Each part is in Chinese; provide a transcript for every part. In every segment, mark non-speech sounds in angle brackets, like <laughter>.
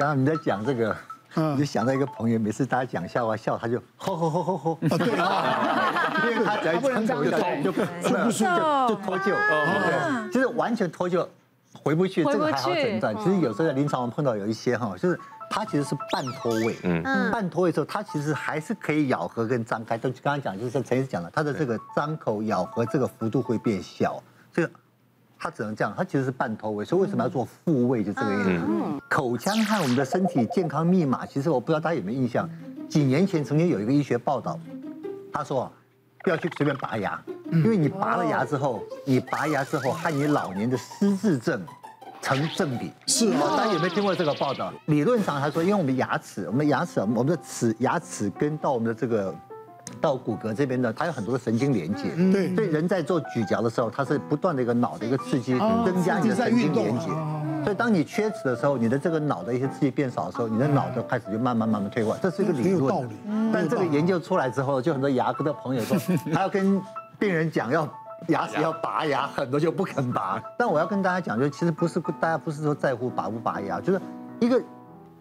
刚刚你在讲这个，嗯你就想到一个朋友，每次大家讲笑话笑，他就吼吼吼吼吼，啊，对啊，因为他只要一他不能张口就这样就对就真就脱臼，对，就是完全脱臼回不去，回这不个还好去诊断。其实有时候在临床我们碰到有一些哈，就是他其实是半脱位，嗯，半脱位的时候，他其实还是可以咬合跟张开，都刚刚讲就是像陈医师讲了，他的这个张口咬合这个幅度会变小，这个。他只能这样，他其实是半头位，所以为什么要做复位就这个意思。口腔和我们的身体健康密码，其实我不知道大家有没有印象，几年前曾经有一个医学报道，他说啊，不要去随便拔牙，因为你拔了牙之后，你拔牙之后和你老年的失智症。成正比是哦，大家有没有听过这个报道？理论上他说，因为我们牙齿，我们牙齿，我们的齿牙齿根到我们的这个到骨骼这边呢，它有很多的神经连接，嗯对所以人在做咀嚼的时候，它是不断的一个脑的一个刺激，哦哦增加你的神经啊连接。嗯所以当你缺齿的时候，你的这个脑的一些刺激变少的时候，你的脑就开始就慢慢慢慢退化，这是一个理很有论。道理但这个研究出来之后，就很多牙科的朋友说，他要跟病人讲要。牙齿要拔牙，很多就不肯拔。但我要跟大家讲，就其实不是大家不是说在乎拔不拔牙，就是一个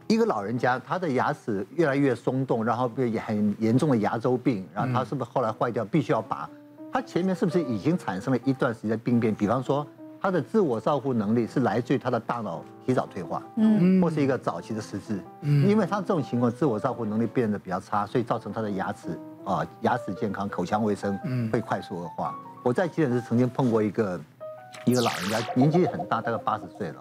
一个老人家，他的牙齿越来越松动，然后被很严重的牙周病，然后他是不是后来坏掉，必须要拔？他前面是不是已经产生了一段时间的病变？比方说，他的自我照护能力是来自于他的大脑提早退化，嗯，或是一个早期的失智，嗯，因为他这种情况，自我照护能力变得比较差，所以造成他的牙齿啊、牙齿健康、口腔卫生会快速恶化。我在急诊室曾经碰过一个一个老人家，年纪很大，大概八十岁了。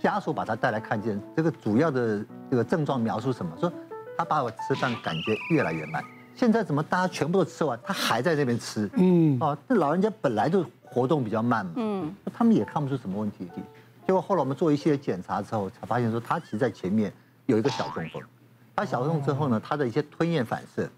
家属把他带来看见，这个主要的这个症状描述什么？说他爸爸吃饭感觉越来越慢，现在怎么大家全部都吃完，他还在那边吃？嗯，哦，那老人家本来就活动比较慢嘛，嗯，他们也看不出什么问题。结果后来我们做一系列检查之后，才发现说他其实在前面有一个小中风，他小中风之后呢，他的一些吞咽反射，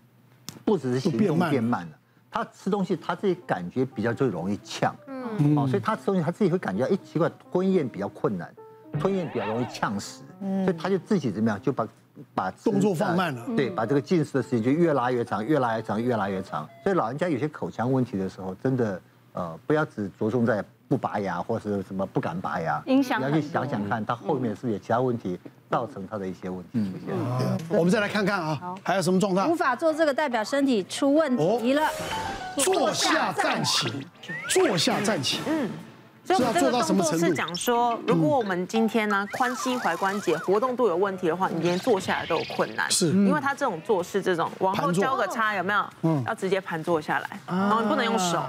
不只是行哦变动慢了变慢了，他吃东西他自己感觉比较就容易呛，嗯，哦，所以他吃东西他自己会感觉，哎，奇怪，吞咽比较困难，吞咽比较容易呛死，嗯所以他就自己怎么样就把把吃动作放慢了对，嗯把这个进食的时间就越拉越长，越拉越长，越拉越长。所以老人家有些口腔问题的时候，真的呃，不要只着重在不拔牙或是什么不敢拔牙，影响你要很去多嗯想想看，他后面是不是有其他问题造成他的一些问题出现。我们再来看看啊，还有什么状态嗯无？法做这个，代表身体出问题了。坐下站起，坐下站起，所以是要我们做这个到什动么作程是度？嗯讲说，如果我们今天呢髋膝踝关节活动度有问题的话，你连坐下来都有困难，是嗯因为他这种坐式这种往后盘坐嗯啊交个叉有没有？要直接盘坐下来，然后你不能用手。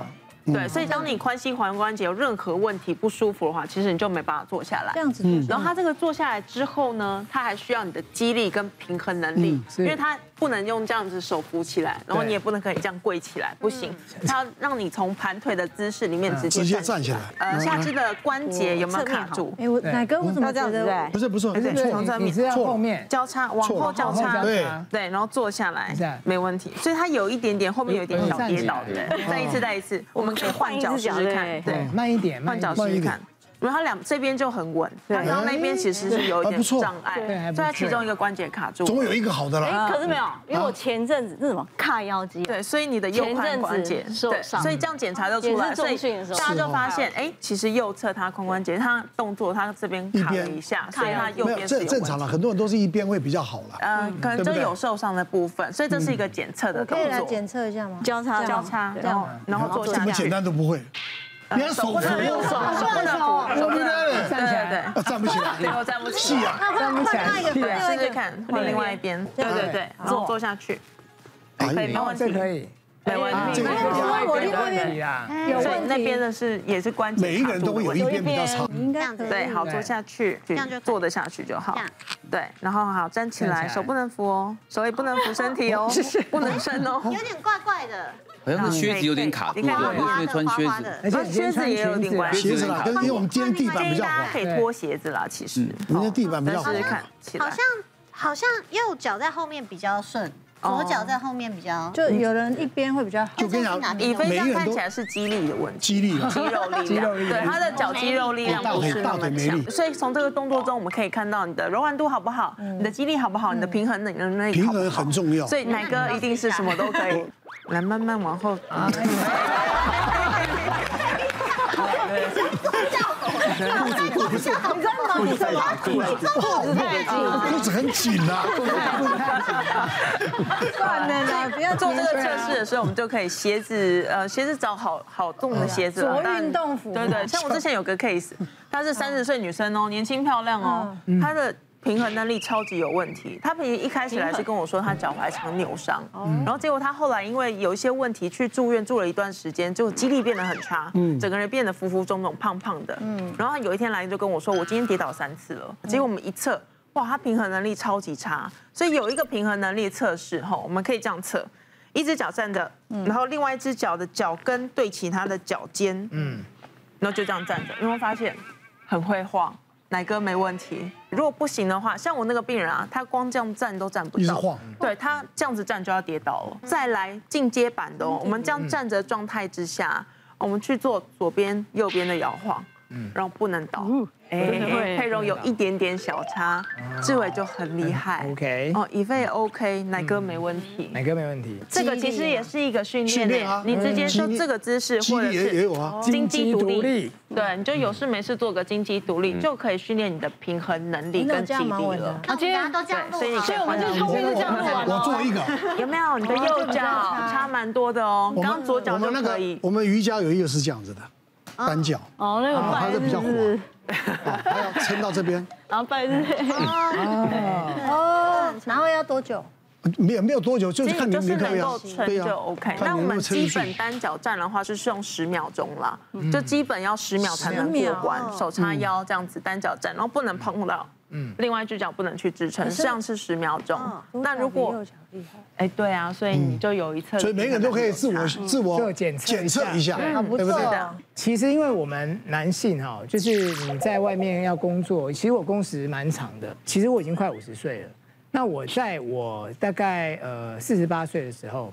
对，所以当你髋膝踝关节有任何问题不舒服的话，其实你就没办法坐下来这。样子做然后他这个坐下来之后呢，他还需要你的肌力跟平衡能力，嗯因为他不能用这样子手扶起来，然后你也不能可以这样跪起来，不行，嗯他要让你从盘腿的姿势里面直接直接站起来嗯呃，下肢的关节有没有卡住？哎，我奶哥，我怎么觉得不是不是，对错从这你面是要后面交叉往错后交叉，对对，然后坐下来这样，没问题。所以他有一点点后面有一点小跌倒的，再一次再一次，我们可以换脚试试看，对对，，慢一点，慢换一点。慢一嗯脚试试点看。然后他两这边就很稳，但然后那边其实是还有一不点错障碍，对还不所以他错其中一个关节卡住。总有一个好的啦。哎，可是没有，因为我前阵子那什么髂腰肌啊，对，所以你的右前阵子髋关节受对伤所以这样检查就出也来，是所以重训的时候大家就发现，哎，其实右侧他髋关节他动作他这边卡了一下，所以他右没有，边是这有问题正常了，很多人都是一边会比较好了。呃，可能对不就对有受伤的部分，所以这是一个检测的我动可以来作。检测一下吗？交叉交叉，然后然后坐这下么去简，单都不会，你还手扶，呃手不能扶，手不能扶，站起来对对对啊站不起来，对，我站不起来。那换换另外一个，换对，另外一试试个，看，换另外一边，对对对，然后坐下去，哎可以没呀问这题，可以，没问题。这个哎我问我另外一可边以啊。有所以问那边题，的是也是关节，每一个人都会有一边比较长。你应该可以。对，好，坐下去，这样就可以坐得下去就好这样。对，然后好站起站起来，来手不能扶哦，手也不能扶身体哦，不能伸哦。有点怪怪的，好像是靴子有点卡住，你看对，滑滑的因为穿滑靴滑子的。而且靴啊子也有点关系鞋子啦，跟因为我们今天地板建比议较大滑家，可以脱鞋子啦，其实。我们今天地板比嗯再较滑试试。看，起来好像好像右脚在后面比较顺，左脚在后面比较。就有人一边会比较好。就跟你这是哪讲，边以每飞一上个人看都起来是肌力的问题。激励了 <laughs> 肌。肉力量，肌肉力量对他的脚肌肉力量不是大那腿大腿么没力强，所以从这个动作中我们可以看到你的柔软度好不好，你的肌力好不好，你的平衡能力平好不好衡很重要所以奶哥一定是什么都可以，来慢慢往后。哎呀叫狗裤子裤子你知道裤子在哪？裤子裤子很紧 <laughs> 啊，算了啦，不要做这个测试的时候，我们就可以鞋子，呃，鞋子找好好重的鞋子啦。啊着当然运动服对对，像我之前有个 case，她是三十岁女生哦，年轻漂亮哦，嗯她的。平衡能力超级有问题，她平时一开始来是跟我说她脚踝常扭伤，嗯然后结果她后来因为有一些问题去住院住了一段时间，就肌力变得很差，嗯整个人变得浮浮肿肿、胖胖的。然后她有一天来就跟我说，我今天跌倒三次了，嗯结果我们一测，哇，她平衡能力超级差，所以有一个平衡能力测试哈，我们可以这样测，一只脚站着，嗯然后另外一只脚的脚跟对齐他的脚尖，嗯，然后就这样站着，有没有发现很会晃？奶哥没问题。如果不行的话，像我那个病人啊，他光这样站都站不一直到，晃嗯对他这样子站就要跌倒了。再来进阶版的哦，我们这样站着状态之下，我们去做左边、右边的摇晃。嗯然后不能倒，哎，佩柔有一点点小啊差，志伟就很厉害，OK 哦，以飞也 OK，奶哥没问题，哪个没问题？这个其实也是一个训训练练啊欸，你直接说这个姿势，肌或者力也也是有啊，金鸡独金鸡立独立，对，你就有事没事做个金鸡独嗯立，就可以训练你的平衡能力那我跟这肌样蛮力稳了的。。那我们大家都这样录所以你好可以了，换到我啊我我做一个， <laughs> 有没有？你的右脚差蛮多的哦，我刚们刚左脚我就们那可个以。啊我们瑜伽有一个是这样子的，单脚，哦，那个哦拜它是比较滑日， <laughs> 啊还要撑到这边，然后拜日，哦，然后要多久？没有没有多久，就是看你就是你可不可能以够啊，撑对就啊 OK，看你那我能不们能撑嗯得基住本单脚站的话，就是用十秒钟啦，就基本要十秒才能过关，手叉腰这样子单脚站，然后不能碰到，嗯，另外一只脚不能去支撑，这样是十秒钟。那如果右脚厉害，哎，对啊，所以你就有一侧，嗯所以每个人都可以自我自自我我检测检测一下，不对不错对？哦。其实因为我们男性哈，就是你在外面要工作，其实我工时蛮长的，其实我已经快五十岁了。那我在我大概呃四十八岁的时候，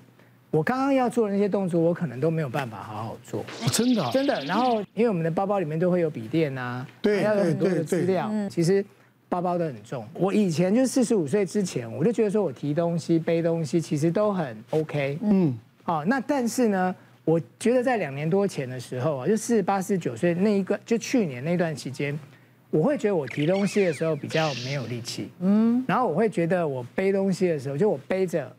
我刚刚要做的那些动作，我可能都没有办法好好做。哦真的啊，真的。然后因为我们的包包里面都会有笔电啊，对还要有很多对的对资料，其实。包包都很重。我以前就四十五岁之前，我就觉得说我提东西、背东西其实都很 OK。嗯，好，那但是呢，我觉得在两年多前的时候啊，就四十八、四十九岁那一个，就去年那段期间，我会觉得我提东西的时候比较没有力气。嗯，然后我会觉得我背东西的时候，就我背着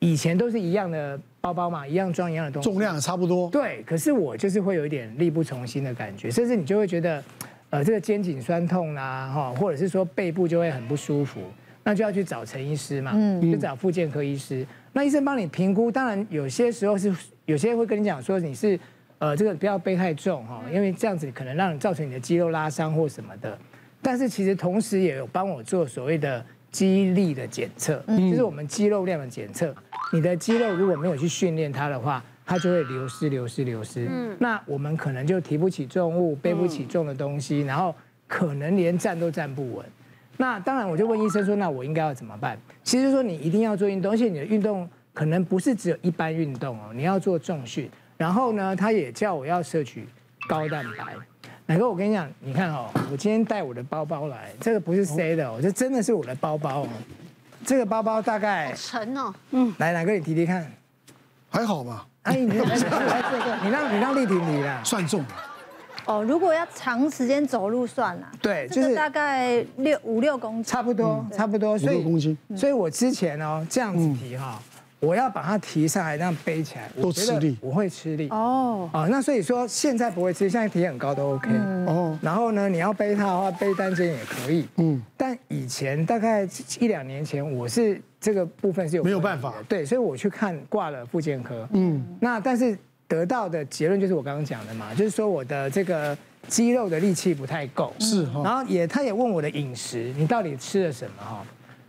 以前都是一样的包包嘛，一样装一样的东西，重量也差不多，对，可是我就是会有一点力不从心的感觉，甚至你就会觉得，呃，这个肩颈酸痛啦，哈，或者是说背部就会很不舒服，那就要去找陈医师嘛，就找复健科医师。那医生帮你评估，当然有些时候是有些会跟你讲说你是，呃，这个不要背太重哈，因为这样子可能让你造成你的肌肉拉伤或什么的。但是其实同时也有帮我做所谓的肌力的检测，就是我们肌肉量的检测。你的肌肉如果没有去训练它的话，它就会流失、流失、流失。那我们可能就提不起重物，背不起重的东西，然后可能连站都站不稳。那当然，我就问医生说，那我应该要怎么办？其实说你一定要做运动，而且你的运动可能不是只有一般运动哦，你要做重训。然后呢，他也叫我要摄取高蛋白。奶哥，我跟你讲，你看哦，我今天带我的包包来，这个不是塞的哦，这真的是我的包包哦。这个包包大概，沉哦，来，奶哥你提提看。还好吧，阿姨，你来这个，你让你让丽婷提啦。算重了，哦，如果要长时间走路算啦，对，就这是个大概六五六公斤，差不多，差不多，所以嗯五六公斤嗯所以我之前哦这样子提哈、我要把它提上来，这样背起来，我都觉得吃力我会吃力哦。哦，那所以说现在不会吃力，现在提很高都 OK。哦，然后呢，你要背它的话，背单肩也可以。嗯嗯，但以前大概一两年前，我是这个部分是有没有问题办法的对，所以我去看挂了复健科。嗯嗯，那但是得到的结论就是我刚刚讲的嘛，就是说我的这个肌肉的力气不太够。是哦哈然后也他也问我的饮食，你到底吃了什么哈？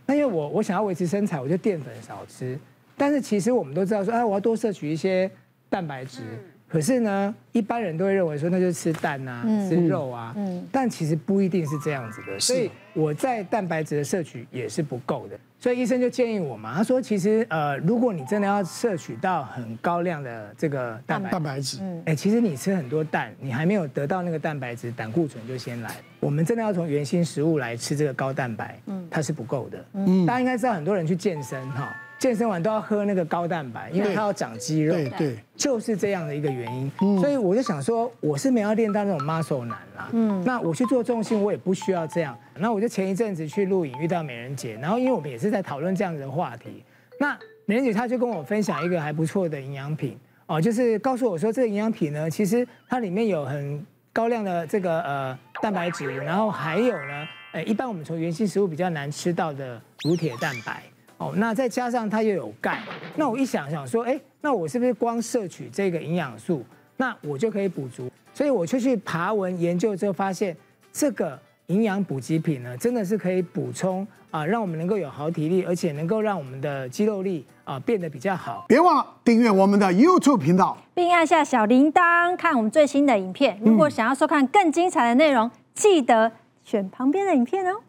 那因为我我想要维持身材，我就淀粉少吃。但是其实我们都知道说，哎，我要多摄取一些蛋白质。可是呢，一般人都会认为说，那就是吃蛋啊，吃肉啊。但其实不一定是这样子的。所以我在蛋白质的摄取也是不够的。所以医生就建议我嘛，他说其实呃，如果你真的要摄取到很高量的这个蛋白质蛋白质，哎、其实你吃很多蛋，你还没有得到那个蛋白质，胆固醇就先来。我们真的要从原型食物来吃这个高蛋白，嗯，它是不够的。嗯，大家应该知道，很多人去健身哈，健身完都要喝那个高蛋白，因为它要长肌肉。对对，嗯就是这样的一个原因，所以我就想说，我是没有要练到那种 muscle 男啦，嗯，那我去做重训，我也不需要这样。那我就前一阵子去录影遇到美人姐，然后因为我们也是在讨论这样子的话题，那美人姐她就跟我分享一个还不错的营养品哦，就是告诉我说这个营养品呢，其实它里面有很高量的这个呃蛋白质，然后还有呢，呃，一般我们从原型食物比较难吃到的乳铁蛋白。哦，那再加上它又有钙，那我一想想说，哎，那我是不是光摄取这个营养素，那我就可以补足？所以我就去爬文研究之后，发现这个营养补给品呢，真的是可以补充啊，让我们能够有好体力，而且能够让我们的肌肉力啊变得比较好。别忘了订阅我们的 YouTube 频道。并按下小铃铛看我们最新的影片。如果想要收看更精彩的内容，记得选旁边的影片哦。